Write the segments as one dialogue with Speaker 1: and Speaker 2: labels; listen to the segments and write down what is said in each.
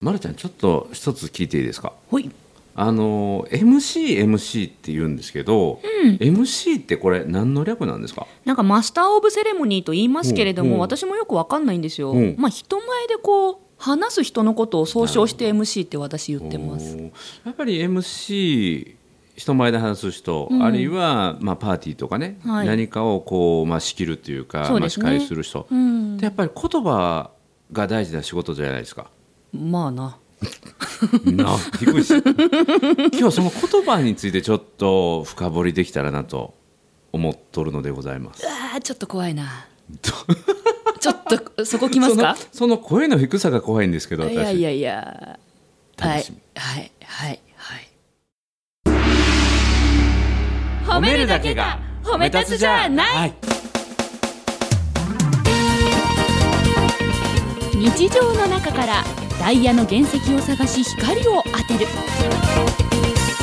Speaker 1: まるちゃんちょっと一つ聞いていいですか
Speaker 2: ほい
Speaker 1: あの MCMC って言うんですけど、MC ってこれ何の略なんですか
Speaker 2: なんかマスター・オブ・セレモニーと言いますけれど
Speaker 1: うんう
Speaker 2: も
Speaker 1: ん
Speaker 2: 私もよくわかんないんですよ、
Speaker 1: うん
Speaker 2: まあ人前でこう話す人のことを総称して MC って私言ってます
Speaker 1: おーやっぱり MC 人前で話す人、
Speaker 2: うん
Speaker 1: あるいは、まあ、パーティーとかね、
Speaker 2: はい
Speaker 1: 何かをこう、まあ、仕切るというか
Speaker 2: そう
Speaker 1: ま
Speaker 2: で
Speaker 1: あ、
Speaker 2: す
Speaker 1: 司
Speaker 2: ね
Speaker 1: 会する人、
Speaker 2: うん
Speaker 1: でやっぱり言葉が大事な仕事じゃないですか。
Speaker 2: まあな
Speaker 1: なびっくり した今日はその言葉についてちょっと深掘りできたらなと思っとるのでございます。
Speaker 2: あーちょっと怖いなちょっとそこ来ますか
Speaker 1: そのその声の低さが怖いんですけど私
Speaker 2: いやいやいやは
Speaker 1: 楽
Speaker 2: い
Speaker 1: しみ
Speaker 2: はいはいはい
Speaker 1: 褒
Speaker 2: 褒めるだけが褒め立つじゃない
Speaker 1: はい
Speaker 2: 日常の中からダイヤの原石を探し光を当てる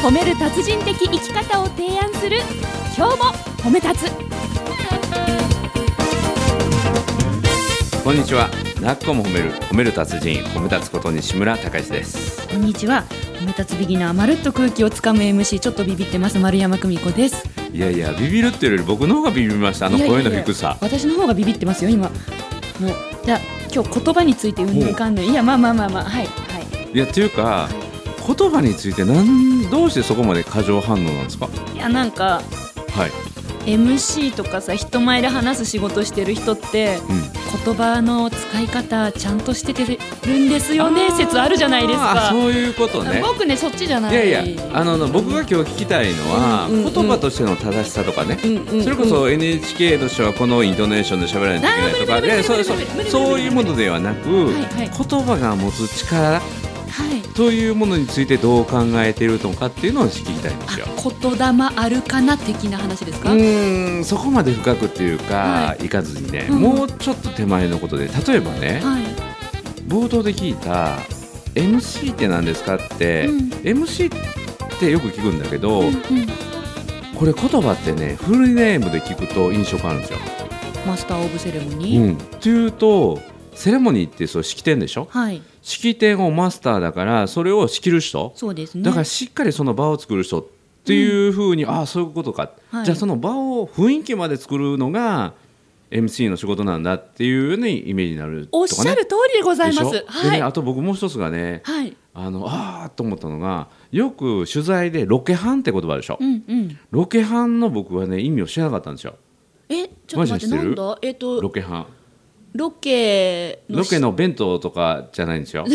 Speaker 2: 褒める達人的生き方を提案する今日も褒め立つ
Speaker 1: こんにちは。なっこも褒める褒める達人褒め立つこと西村隆之です。
Speaker 2: こんにちは褒め立つビギナーまるっと空気をつかむ MC ちょっとビビってます丸山久美子です
Speaker 1: いやいやビビるっていうより僕の方がビビりましたあの
Speaker 2: いやいや
Speaker 1: 声
Speaker 2: いや
Speaker 1: の低さ。
Speaker 2: 私の方がビビってますよ今もうじゃあ今日言葉についてうんぬんかんぬんいやまあまあまあまあはいはい
Speaker 1: いやっていうか言葉についてなんどうしてそこまで過剰反応なんですか。
Speaker 2: いやなんか
Speaker 1: はい。
Speaker 2: MC とかさ人前で話す仕事してる人って
Speaker 1: うん。
Speaker 2: 言葉の使い方ちゃんとしててるんですよね説あるじゃないです
Speaker 1: あー
Speaker 2: か、
Speaker 1: そういうことね。
Speaker 2: 僕ねそっちじゃない
Speaker 1: いやいやあの僕が今日聞きたいのは、
Speaker 2: うんうんうん
Speaker 1: 言葉としての正しさとかね、
Speaker 2: うんうんうん
Speaker 1: それこそ NHK としてはこのイントネーションで喋らないといけないと
Speaker 2: あ
Speaker 1: かい
Speaker 2: ー無理無理無理
Speaker 1: やいやそう
Speaker 2: 無理
Speaker 1: そうそ
Speaker 2: 無理無理無理
Speaker 1: ういうものではなく、
Speaker 2: いはい
Speaker 1: 言葉が持つ力
Speaker 2: はい
Speaker 1: というものについてどう考えているのかっていうのを聞きたいんですよ。
Speaker 2: あ言霊あるかな的な話です
Speaker 1: う
Speaker 2: か、
Speaker 1: ーんそこまで深くっていうか、、
Speaker 2: はい
Speaker 1: かずにね、
Speaker 2: うん
Speaker 1: もうちょっと手前のことで例えばね、
Speaker 2: はい
Speaker 1: 冒頭で聞いた MC って何ですかって、
Speaker 2: うん
Speaker 1: MC ってよく聞くんだけど、
Speaker 2: うんうん
Speaker 1: これ言葉ってねフルネームで聞くと印象変わるんですよ。
Speaker 2: マスター・オブ・セレモニー、
Speaker 1: うん、というとセレモニーってそう式典でしょ
Speaker 2: はい
Speaker 1: 式典をマスターだからそれを仕切る人
Speaker 2: そうですね
Speaker 1: だからしっかりその場を作る人っていうふうに、ああそういうことか、
Speaker 2: はい
Speaker 1: じゃあその場を雰囲気まで作るのが MC の仕事なんだっていうようなイメージになるとか、ね、
Speaker 2: おっしゃる通りでございま
Speaker 1: ですしょで
Speaker 2: は
Speaker 1: ね
Speaker 2: い、
Speaker 1: あと僕もう一つがね
Speaker 2: はい
Speaker 1: あのああと思ったのがよく取材でロケハンって言葉でしょ、
Speaker 2: うんうん
Speaker 1: ロケハンの僕はね意味を知らなかったんですよ
Speaker 2: えちょっと待って
Speaker 1: マジで知って
Speaker 2: な
Speaker 1: る
Speaker 2: んだえっ、
Speaker 1: ロ
Speaker 2: と
Speaker 1: ケハン
Speaker 2: ロケの
Speaker 1: ロケの弁当とかじゃないんですよ。
Speaker 2: 分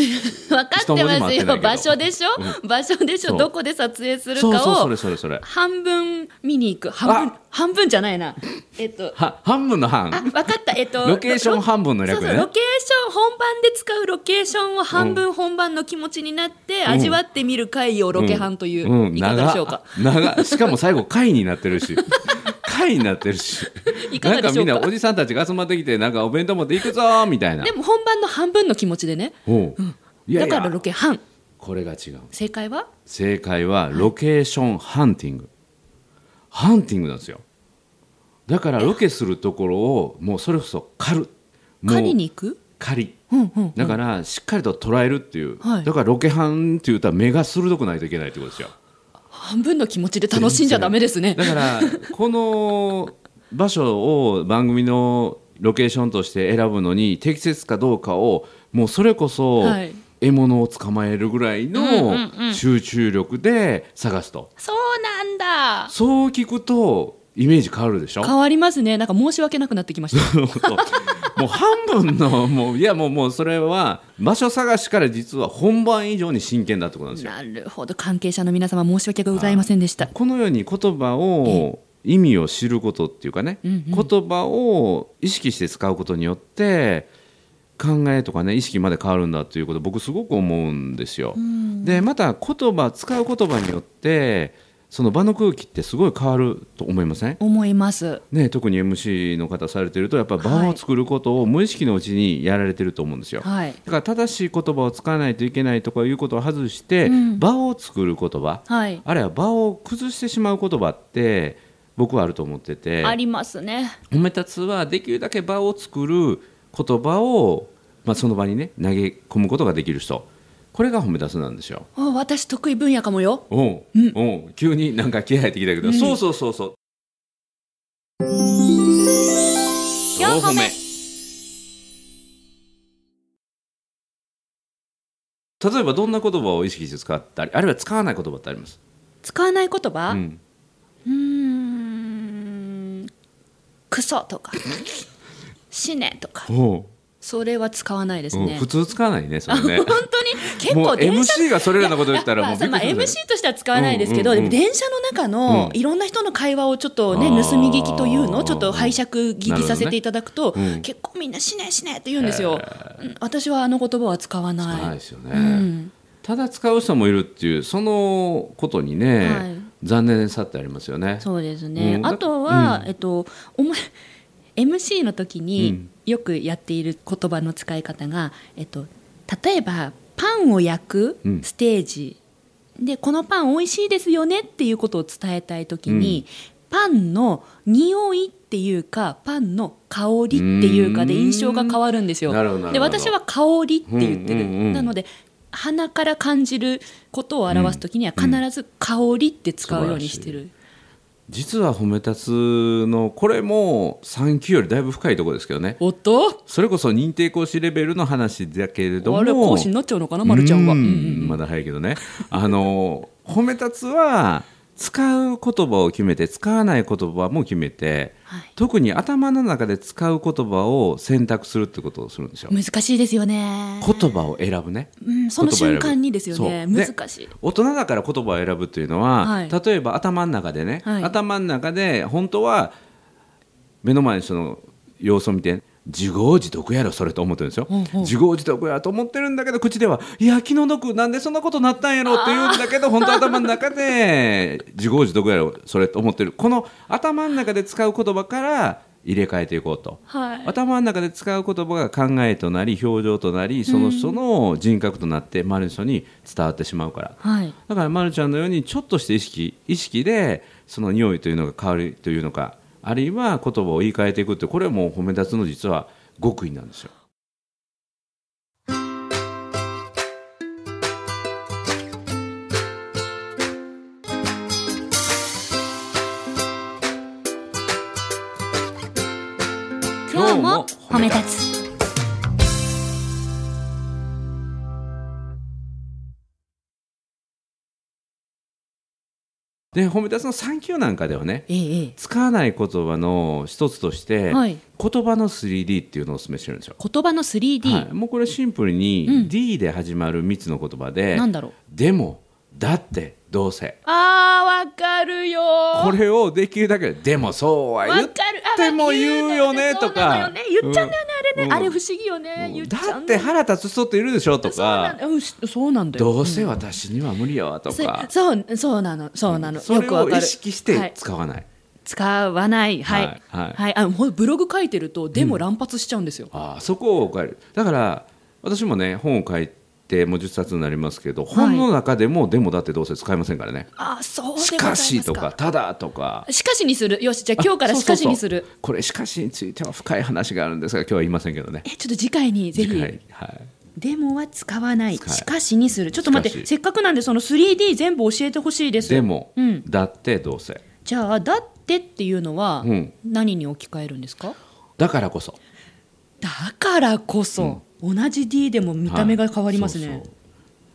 Speaker 2: かって
Speaker 1: 一文字も合
Speaker 2: ま
Speaker 1: ってない
Speaker 2: す
Speaker 1: け
Speaker 2: よ
Speaker 1: ど
Speaker 2: 場所でしょ、場所でし
Speaker 1: そ
Speaker 2: ょ
Speaker 1: う
Speaker 2: どこで撮影するか
Speaker 1: そ
Speaker 2: を
Speaker 1: うそうそれそれそれ。
Speaker 2: 半分見に行く半分
Speaker 1: あ
Speaker 2: 半分じゃないなえっと
Speaker 1: は半分の
Speaker 2: あ
Speaker 1: 半。
Speaker 2: 分かったえっと
Speaker 1: ロケーション半分の略
Speaker 2: そうそう
Speaker 1: ね
Speaker 2: ロ。ケーション本番で使うロケーションを半分本番の気持ちになって味わってみる会をロケハンとい
Speaker 1: ん
Speaker 2: う、
Speaker 1: ん
Speaker 2: いかがでしょうか、
Speaker 1: 長長しかも最後会になってるし。会になってるし。
Speaker 2: いか
Speaker 1: な
Speaker 2: が
Speaker 1: ん
Speaker 2: で
Speaker 1: か
Speaker 2: しょ
Speaker 1: み
Speaker 2: うんか
Speaker 1: なおじさんたちが集まってきてなんかお弁当持っていくぞーみたいな
Speaker 2: で。も本番の半分の気持ちでね
Speaker 1: おういやい
Speaker 2: だから
Speaker 1: や
Speaker 2: ロケハン
Speaker 1: これが違う。
Speaker 2: 正解は
Speaker 1: 正解はロケーションハンティング。ハンティングなんですよ。だからロケするところをもうそれこそ狩る。もう
Speaker 2: 狩りに行く
Speaker 1: 狩り。
Speaker 2: うんうん
Speaker 1: だからしっかりと捉えるっていう、
Speaker 2: はい
Speaker 1: だからロケハンっていうとは目が鋭くないといけないってことですよ
Speaker 2: 半分の気持ちで楽しんじゃダメですね
Speaker 1: だから この場所を番組のロケーションとして選ぶのに適切かどうかをもうそれこそ
Speaker 2: はい
Speaker 1: 獲物を捕まえるぐらい
Speaker 2: うんうんう
Speaker 1: の
Speaker 2: ん
Speaker 1: 集中力で探すと
Speaker 2: そうなんだ
Speaker 1: そう聞くとイメージ変わるでしょ
Speaker 2: 変わりますねなんか申し訳なくなってきました
Speaker 1: そうもう半分のもういやもうもうそれは場所探しから実は本番以上に真剣だってことなんですよ
Speaker 2: なるほど関係者の皆様申し訳ございませんでした
Speaker 1: このように言葉を意味を知ることっていうかね、
Speaker 2: うんうん
Speaker 1: 言葉を意識して使うことによって考えとかね意識まで変わるんだということ僕すごく思うんですよ。
Speaker 2: ん
Speaker 1: でまた言葉使う言葉によってその場の空気ってすごい変わると思いません
Speaker 2: 思います
Speaker 1: ね、特に MC の方されてるとやっぱ場を作ることを無意識のうちにやられてると思うんですよ。
Speaker 2: はい
Speaker 1: だから正しい言葉を使わないといけないとかいうことを外して、
Speaker 2: うん
Speaker 1: 場を作る言葉
Speaker 2: はい
Speaker 1: あるいは場を崩してしまう言葉って僕はあると思ってて
Speaker 2: ありますね
Speaker 1: 褒め立つはできるだけ場を作る言葉を、まあ、その場にね投げ込むことができる人これが褒め出すなんですよ。
Speaker 2: あ私得意分野かもよ
Speaker 1: おう、
Speaker 2: うん
Speaker 1: おう急になんか気合入ってきたけど、
Speaker 2: うん
Speaker 1: そうそうそうそう。
Speaker 2: 四歩目
Speaker 1: 例えばどんな言葉を意識して使ったりあるいは使わない言葉ってあります、
Speaker 2: 使わない言葉
Speaker 1: う、
Speaker 2: うんーんクソとか死ねとか
Speaker 1: おう
Speaker 2: それは使わないです
Speaker 1: うん
Speaker 2: ね、
Speaker 1: 普通使わないねそれね
Speaker 2: 本当に 結
Speaker 1: もう
Speaker 2: 構電車
Speaker 1: MC がそれらのこと言ったら
Speaker 2: ま
Speaker 1: も
Speaker 2: あ
Speaker 1: う
Speaker 2: そ
Speaker 1: び
Speaker 2: う
Speaker 1: っ
Speaker 2: ま
Speaker 1: く
Speaker 2: あ、
Speaker 1: りする
Speaker 2: MC としては使わないですけど、
Speaker 1: うんうんうん
Speaker 2: でも電車の中の
Speaker 1: うん
Speaker 2: いろんな人の会話をちょっとね、
Speaker 1: あー
Speaker 2: 盗み聞きというのをちょっと拝借聞きさせていただく
Speaker 1: ほ
Speaker 2: と、
Speaker 1: どねうん
Speaker 2: 結構みんな「死ね死ね」って言うんですよ、うん私はあの言葉は使わ
Speaker 1: 使わない
Speaker 2: ない
Speaker 1: ですよね、
Speaker 2: うん
Speaker 1: ただ使う人もいるっていうそのことにね、
Speaker 2: はい
Speaker 1: 残念さってありますよね
Speaker 2: そうですね、
Speaker 1: うん
Speaker 2: あとは、
Speaker 1: う
Speaker 2: えっとおも MC の時
Speaker 1: う
Speaker 2: に
Speaker 1: ん
Speaker 2: よくやっている言葉の使い方が、えっと、例えばパンを焼く
Speaker 1: うん
Speaker 2: ステージ、でこのパン美味しいですよねっていうことを伝えたい時に、パンの匂いっていうかパンの香りっていうかで
Speaker 1: うーん
Speaker 2: 印象が変わるんですよ。
Speaker 1: なるほどな
Speaker 2: で
Speaker 1: るほど
Speaker 2: 私は香りって言ってる、
Speaker 1: うんうんうん
Speaker 2: なので鼻から感じることを表す時には必ず香りって使うようにしてる。
Speaker 1: 実は褒め立つのこれも3級よりだいぶ深いところですけどね
Speaker 2: おっと
Speaker 1: それこそ認定講師レベルの話だけれども
Speaker 2: あれ講師になっちゃうのかな、ま、るちゃんは。
Speaker 1: う
Speaker 2: うん
Speaker 1: ん
Speaker 2: うん
Speaker 1: まだ早いけどね あの褒め立つは使う言葉を決めて使わない言葉も決めて
Speaker 2: はい
Speaker 1: 特に頭の中で使う言葉を選択するってことをするんですよ
Speaker 2: 難しいですよね。
Speaker 1: 言葉を選ぶね
Speaker 2: うん、その
Speaker 1: 言葉
Speaker 2: 瞬
Speaker 1: を選ぶ
Speaker 2: 間にですよね。
Speaker 1: そうで
Speaker 2: 難しい。
Speaker 1: 大人だから言葉を選ぶっていうのは、
Speaker 2: はい
Speaker 1: 例えば頭の中でね、
Speaker 2: はい
Speaker 1: 頭の中で本当は目の前の人の様子を見て自業自得やろそれと思ってるんですよ、
Speaker 2: ほうほう
Speaker 1: 自業自得やと思ってるんだけど口ではいや気の毒なんでそんなことなったんやろって言うんだ けど本当頭の中で自業自得やろそれと思ってるこの頭の中で使う言葉から入れ替えていこうと。
Speaker 2: はい。
Speaker 1: 頭の中で使う言葉が考えとなり表情となりその人の人格となって周りの人に伝わってしまうから、
Speaker 2: はい。
Speaker 1: だから、ま、るちゃんのようにちょっとした意識意識でその匂いというのが香りというのかあるいは言葉を言い換えていくってこれはもう褒め立つの実は極意なんですよ。
Speaker 2: 今日も褒め立つ。
Speaker 1: で褒め立つの3級なんかではね
Speaker 2: えええ
Speaker 1: 使わない言葉の一つとして、
Speaker 2: え。はい。
Speaker 1: 言葉の 3D っていうのをお勧めしてるんですよ。
Speaker 2: 言葉の 3D、
Speaker 1: はい、もうこれシンプル
Speaker 2: う
Speaker 1: に
Speaker 2: ん
Speaker 1: D で始まる3つの言葉で、
Speaker 2: なんだろう。
Speaker 1: でもだってどうせ
Speaker 2: あー、わかるよー。
Speaker 1: これをできるだけでもそうは言
Speaker 2: わ
Speaker 1: っ
Speaker 2: かる。
Speaker 1: ても言うよねとか
Speaker 2: あ言うのよねそうなのよね言っちゃうんだよね、あれね、
Speaker 1: うん
Speaker 2: あれ不思議よね。言っち
Speaker 1: だ
Speaker 2: ゃう
Speaker 1: っ
Speaker 2: ん
Speaker 1: て
Speaker 2: だよ
Speaker 1: 腹立つ人っているでしょと
Speaker 2: そうなん
Speaker 1: か
Speaker 2: だようんしそうなんだよ。
Speaker 1: どうせ私には無理やわとか
Speaker 2: そそうそうなのそうなの、
Speaker 1: そ
Speaker 2: よ
Speaker 1: れ
Speaker 2: くわ
Speaker 1: を
Speaker 2: か
Speaker 1: 意
Speaker 2: る
Speaker 1: 識し
Speaker 2: は
Speaker 1: て
Speaker 2: い
Speaker 1: 使わない
Speaker 2: 使わないはい
Speaker 1: は
Speaker 2: はいい、
Speaker 1: はい
Speaker 2: あのほんとブログ書いてるとでも乱発しちゃうんですよ、
Speaker 1: ああそこを変えるだから私もね本を書いてもう10冊になりますけど本の中でもでもだってどうせ使いませんからね
Speaker 2: あそうでござ
Speaker 1: し
Speaker 2: いま
Speaker 1: か
Speaker 2: す
Speaker 1: しとかただとか
Speaker 2: しかしにするよしじゃあ今日からしかしにする
Speaker 1: そうそうそうこれしかしについては深い話があるんですが今日は言いませんけどね
Speaker 2: えちょっと次回にぜ
Speaker 1: 次
Speaker 2: ひ
Speaker 1: 回はい
Speaker 2: でもは使わない
Speaker 1: 使い
Speaker 2: しかしにするちょっと待っ
Speaker 1: しか
Speaker 2: て
Speaker 1: し
Speaker 2: せっかくなんでその 3D 全部教えてほしいです
Speaker 1: でも、
Speaker 2: うん
Speaker 1: だってどうせ
Speaker 2: じゃあだってっていうのは
Speaker 1: うん
Speaker 2: 何に置き換えるんですか、
Speaker 1: だからこそ
Speaker 2: だからこそ、同じ D でも見た目が変わりますね、
Speaker 1: はいそうそう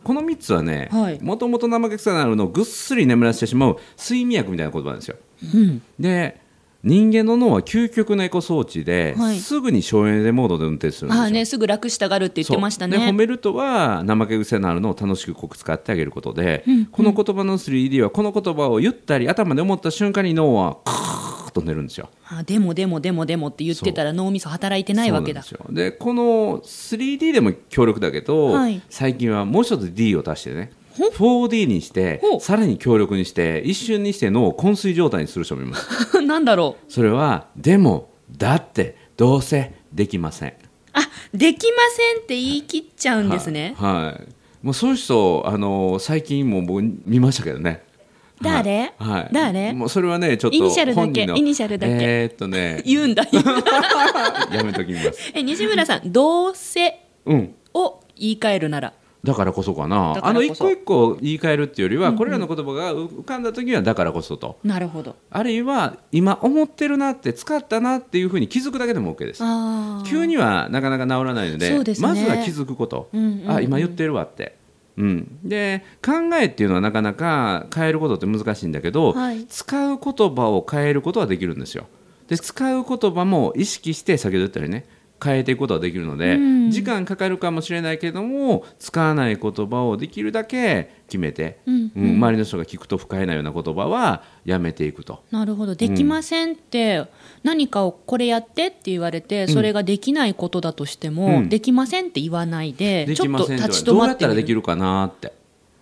Speaker 1: この3つはね
Speaker 2: はい
Speaker 1: もともと生臭くなるのをぐっすり眠らせてしまう睡眠薬みたいな言葉なんですよ
Speaker 2: うん
Speaker 1: で人間の脳は究極のエコ装置で、
Speaker 2: はい
Speaker 1: すぐに省エネモードで運転するんですよ
Speaker 2: ああね、すぐ楽したがるって言ってましたね。
Speaker 1: そうで褒めるとは怠け癖のあるのを楽しくこく使ってあげることで、
Speaker 2: うん
Speaker 1: この言葉の 3D はこの言葉を言ったり頭で思った瞬間に脳はクーッと寝るんですよ。
Speaker 2: あでもでもでもでもって言ってたら脳みそ働いてないわけだ。
Speaker 1: そうなんですよでこの 3D でも強力だけど、
Speaker 2: はい
Speaker 1: 最近はもう一つ D を足してね
Speaker 2: ほ
Speaker 1: 4D にして
Speaker 2: ほう
Speaker 1: さらに強力にして一瞬にして脳を昏睡状態にする人もいます
Speaker 2: なんだろう。
Speaker 1: それはでもだってどうせできません
Speaker 2: あできませんって言い切っちゃうんですね。
Speaker 1: はい、はいもうそういう人あの最近も僕見ましたけどね
Speaker 2: 誰
Speaker 1: はいはい
Speaker 2: 誰
Speaker 1: もうそれはねちょっと
Speaker 2: イニシャルだけ
Speaker 1: 本人の
Speaker 2: イニシャルだけ
Speaker 1: えーっと ね
Speaker 2: 言うんだ。
Speaker 1: やめときます
Speaker 2: え西村さん、どうせ
Speaker 1: うん
Speaker 2: を言い換えるなら。
Speaker 1: だからこそか
Speaker 2: だ
Speaker 1: な
Speaker 2: か
Speaker 1: あ
Speaker 2: ら
Speaker 1: の
Speaker 2: こ
Speaker 1: 一
Speaker 2: そ
Speaker 1: 個一個言い換えるっていうよりは、これらの言葉が浮かんだ時にはだからこそと
Speaker 2: なるほど
Speaker 1: あるいは今思ってるなって使ったなっていうふうに気づくだけでも OK です
Speaker 2: あー
Speaker 1: 急にはなかなか治らないので
Speaker 2: そうですね
Speaker 1: まずは気づくこと、
Speaker 2: うんうんうん
Speaker 1: あ今言ってるわって、うん、で考えっていうのはなかなか変えることって難しいんだけど、
Speaker 2: はい
Speaker 1: 使う言葉を変えることはできるんですよで使う言葉も意識して先ほど言ったようにね変えていくことはできるので、
Speaker 2: うん
Speaker 1: 時間かかるかもしれないけども使わない言葉をできるだけ決めて、
Speaker 2: うん
Speaker 1: うん周りの人が聞くと不快なような言葉はやめていくと。
Speaker 2: なるほどできませんって、何かをこれやってって言われてそれができないことだとしても、
Speaker 1: うん
Speaker 2: できませんって言わないで
Speaker 1: で
Speaker 2: ち
Speaker 1: き
Speaker 2: ょっ
Speaker 1: ま
Speaker 2: と
Speaker 1: せんとは
Speaker 2: 立ち止
Speaker 1: どう
Speaker 2: ま
Speaker 1: やっ
Speaker 2: っ
Speaker 1: た
Speaker 2: て
Speaker 1: ら
Speaker 2: み
Speaker 1: でき
Speaker 2: る
Speaker 1: るかなって。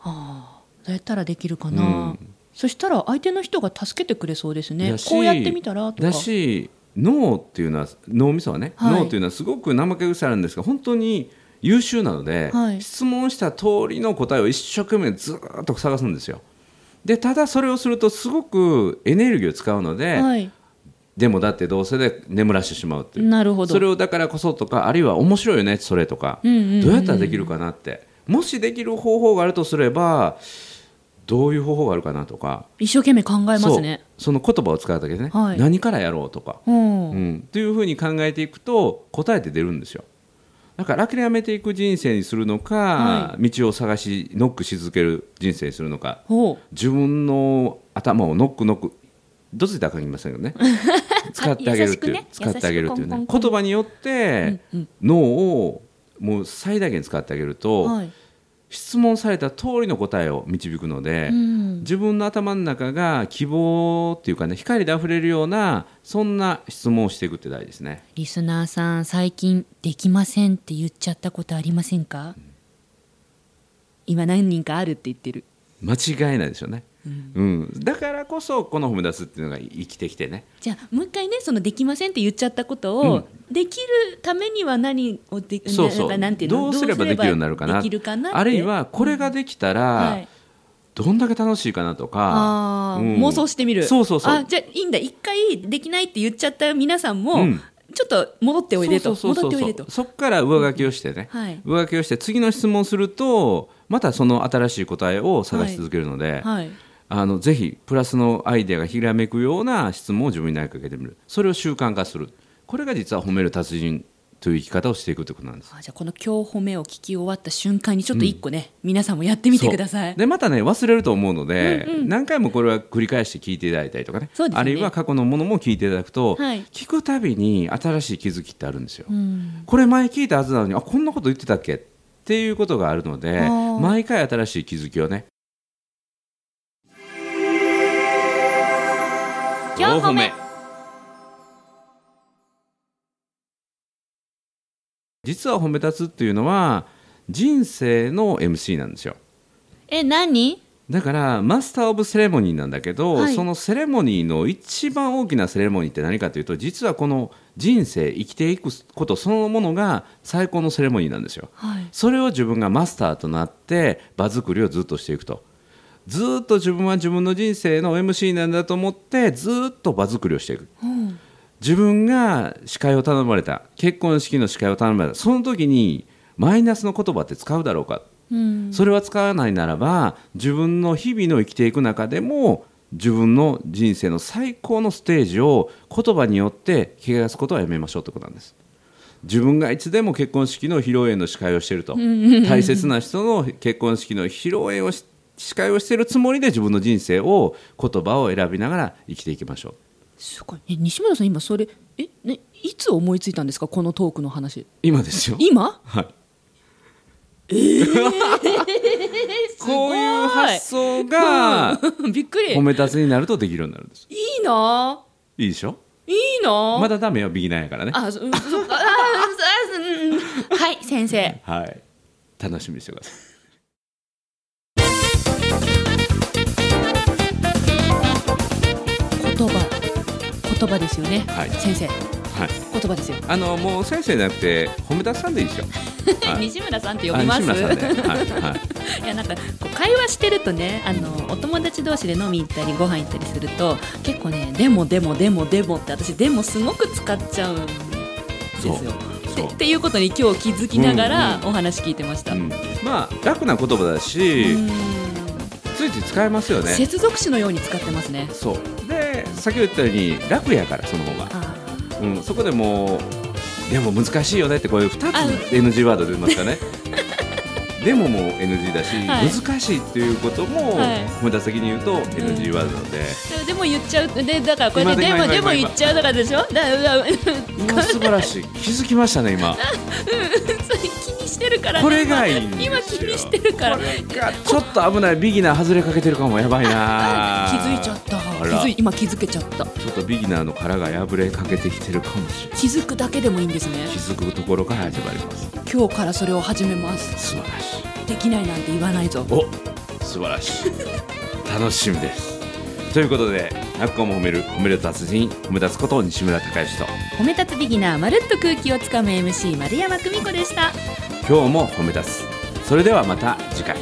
Speaker 2: あーどうやったらできるかな、
Speaker 1: うん
Speaker 2: そしたら相手の人が助けてくれそうですね
Speaker 1: だし
Speaker 2: こうやってみたらとか
Speaker 1: だし脳っていうのは脳みそはね、
Speaker 2: はい
Speaker 1: 脳っていうのはすごく怠け癖あるんですが本当に優秀なので、
Speaker 2: はい
Speaker 1: 質問した通りの答えを一生懸命ずーっと探すんですよ。でただそれをするとすごくエネルギーを使うので、
Speaker 2: はい、
Speaker 1: でもだってどうせで眠らしてしまうっていう
Speaker 2: なるほど
Speaker 1: それをだからこそとかあるいは面白いよねそれとか、
Speaker 2: うんうんうん
Speaker 1: どうやったらできるかなってもしできる方法があるとすればどういう方法があるかなとか
Speaker 2: 一生懸命考えますね
Speaker 1: そうその言葉を使うだけでね、
Speaker 2: はい
Speaker 1: 何からやろうとか、
Speaker 2: う、
Speaker 1: うんん、というふうに考えていくと答えて出るんですよだから諦めていく人生にするのか、
Speaker 2: は
Speaker 1: 道を探しノックし続ける人生にするのか
Speaker 2: ほう
Speaker 1: 自分の頭をノックノックどついたらか言いませんけど ね使ってあげるっていう、
Speaker 2: 優しくね
Speaker 1: 使ってあげるっていうね
Speaker 2: 優しくコンコンコ
Speaker 1: 言
Speaker 2: ン
Speaker 1: 葉によって
Speaker 2: うんうん
Speaker 1: 脳をもう最大限使ってあげると、
Speaker 2: はい
Speaker 1: 質問された通りの答えを導くので、
Speaker 2: うん、
Speaker 1: 自分の頭の中が希望っていうかね光で溢れるようなそんな質問をしていくって大事ですね
Speaker 2: リスナーさん最近「できません」って言っちゃったことありませんか、今何人かあるって言ってる
Speaker 1: 間違いないですよね、うんだからこそこの褒め出すっていうのが生きてきてね
Speaker 2: じゃあもう一回ねその「できません」って言っちゃったこと
Speaker 1: う
Speaker 2: を、できるためには何をでな
Speaker 1: そうそ
Speaker 2: なんかなん
Speaker 1: う
Speaker 2: ていうの
Speaker 1: どうすればできるようになるかな
Speaker 2: できるかなって
Speaker 1: あるいはこれができたら、
Speaker 2: はい
Speaker 1: どんだけ楽しいかなとか
Speaker 2: あ、ー妄想してみる
Speaker 1: そうそうそう
Speaker 2: あじゃあいいんだ一回できないって言っちゃった皆さんも、
Speaker 1: うん
Speaker 2: ちょっと戻っておいでと
Speaker 1: そうそうそうそう
Speaker 2: 戻っておいでと
Speaker 1: そっから上書きをしてね、
Speaker 2: うんはい
Speaker 1: 上書きをして次の質問するとまたその新しい答えを探し続けるので、
Speaker 2: はい
Speaker 1: あのぜひプラスのアイデアがひらめくような質問を自分に投げかけてみるそれを習慣化するこれが実は褒める達人という生き方をしていくということなんです
Speaker 2: あじゃあこの今日褒めを聞き終わった瞬間にちょっと一個ね、皆さんもやってみてくださ
Speaker 1: そ。
Speaker 2: いう
Speaker 1: でまたね忘れると思うので、
Speaker 2: うんうん
Speaker 1: 何回もこれは繰り返して聞いていただいたりとかね
Speaker 2: そうですね
Speaker 1: あるいは過去のものも聞いていただくと、
Speaker 2: はい
Speaker 1: 聞くたびに新しい気づきってあるんですよ、
Speaker 2: うん
Speaker 1: これ前聞いたはずなのにあこんなこと言ってたっけっていうことがあるので
Speaker 2: あー
Speaker 1: 毎回新しい気づきをね
Speaker 2: 今日褒め
Speaker 1: 実は褒め立つっていうのは人生の MC なんですよ
Speaker 2: え何
Speaker 1: だからマスター・オブ・セレモニーなんだけど、
Speaker 2: はい
Speaker 1: そのセレモニーの一番大きなセレモニーって何かというと実はこの人生生きていくことそのものが最高のセレモニーなんですよ
Speaker 2: はい
Speaker 1: それを自分がマスターとなって場作りをずっとしていくとずっと自分は自分の人生の MC なんだと思ってずっと場作りをしていく
Speaker 2: うん
Speaker 1: 自分が司会を頼まれた結婚式の司会を頼まれたその時にマイナスの言葉って使うだろうか
Speaker 2: うん
Speaker 1: それは使わないならば自分の日々の生きていく中でも自分の人生の最高のステージを言葉によって汚すことはやめましょうってことなんです自分がいつでも結婚式の披露宴の司会をしていると大切な人の結婚式の披露宴をし司会をしているつもりで自分の人生を言葉を選びながら生きていきましょう
Speaker 2: すごいえ西村さん今それえねいつ思いついたんですかこのトークの話
Speaker 1: 今ですよ
Speaker 2: 今
Speaker 1: はい
Speaker 2: す
Speaker 1: こういう発想が
Speaker 2: 想びっくりい
Speaker 1: 褒め立つになるとできるようになるんです
Speaker 2: いない
Speaker 1: いでしょ
Speaker 2: いいな
Speaker 1: まだダメよビギナーやからね
Speaker 2: あそそあそあそうんはい先生
Speaker 1: はい楽しみにしてください
Speaker 2: 言葉言葉ですよね、
Speaker 1: はい
Speaker 2: 先生
Speaker 1: はい、
Speaker 2: 言葉ですよ、
Speaker 1: あのもう先生じゃなくて褒めたさんでいいですよ。 はい
Speaker 2: 西村さんって
Speaker 1: あ
Speaker 2: 呼びます
Speaker 1: 西村さんで、はいはい、
Speaker 2: いやなんかこう会話してるとねあのお友達同士で飲み行ったりご飯行ったりすると結構ね「でもでもでもでも」って私「でも」すごく使っちゃうんですよ
Speaker 1: そうそう
Speaker 2: っていうことに今日気づきながらお話聞いてました、
Speaker 1: うんまあ楽な言葉だし、
Speaker 2: うん
Speaker 1: ついつい使えますよね
Speaker 2: 接続詞のように使ってますね
Speaker 1: そうで先ほど言ったように楽やからその方が、
Speaker 2: あ
Speaker 1: うん、そこでもうでも難しいよねってこういう2つ NG ワード出ますか ねでももう NG だし、
Speaker 2: はい
Speaker 1: 難しいっていうことも、
Speaker 2: はい
Speaker 1: 褒めた先に言うと NG ワードなので、
Speaker 2: ーでも言っちゃうでだからこれでで
Speaker 1: 今
Speaker 2: も
Speaker 1: 今今
Speaker 2: で
Speaker 1: 今
Speaker 2: も言っちゃうだからでしょだだ
Speaker 1: 今素晴らしい気づきましたね 今
Speaker 2: それ気にしてるからね
Speaker 1: これがいいんですよ
Speaker 2: 今気にしてるから
Speaker 1: これがちょっと危ないビギナー外れかけてるかもやばいな
Speaker 2: 気づいちゃった
Speaker 1: あ
Speaker 2: 気
Speaker 1: ら
Speaker 2: づい今気づけちゃった
Speaker 1: ちょっとビギナーの殻が破れかけてきてるかもしれない
Speaker 2: 気づくだけでもいいんですね
Speaker 1: 気づくところから始まります
Speaker 2: 今日からそれを始めます
Speaker 1: 素晴らしい
Speaker 2: できないなんて言わないぞ
Speaker 1: お素晴らしい楽しみですということで泣く子も褒める褒める達人褒め立つこと西村孝之と
Speaker 2: 褒め立つビギナーまるっと空気をつかむ MC 丸山久美子でした
Speaker 1: 今日も褒め立つそれではまた次回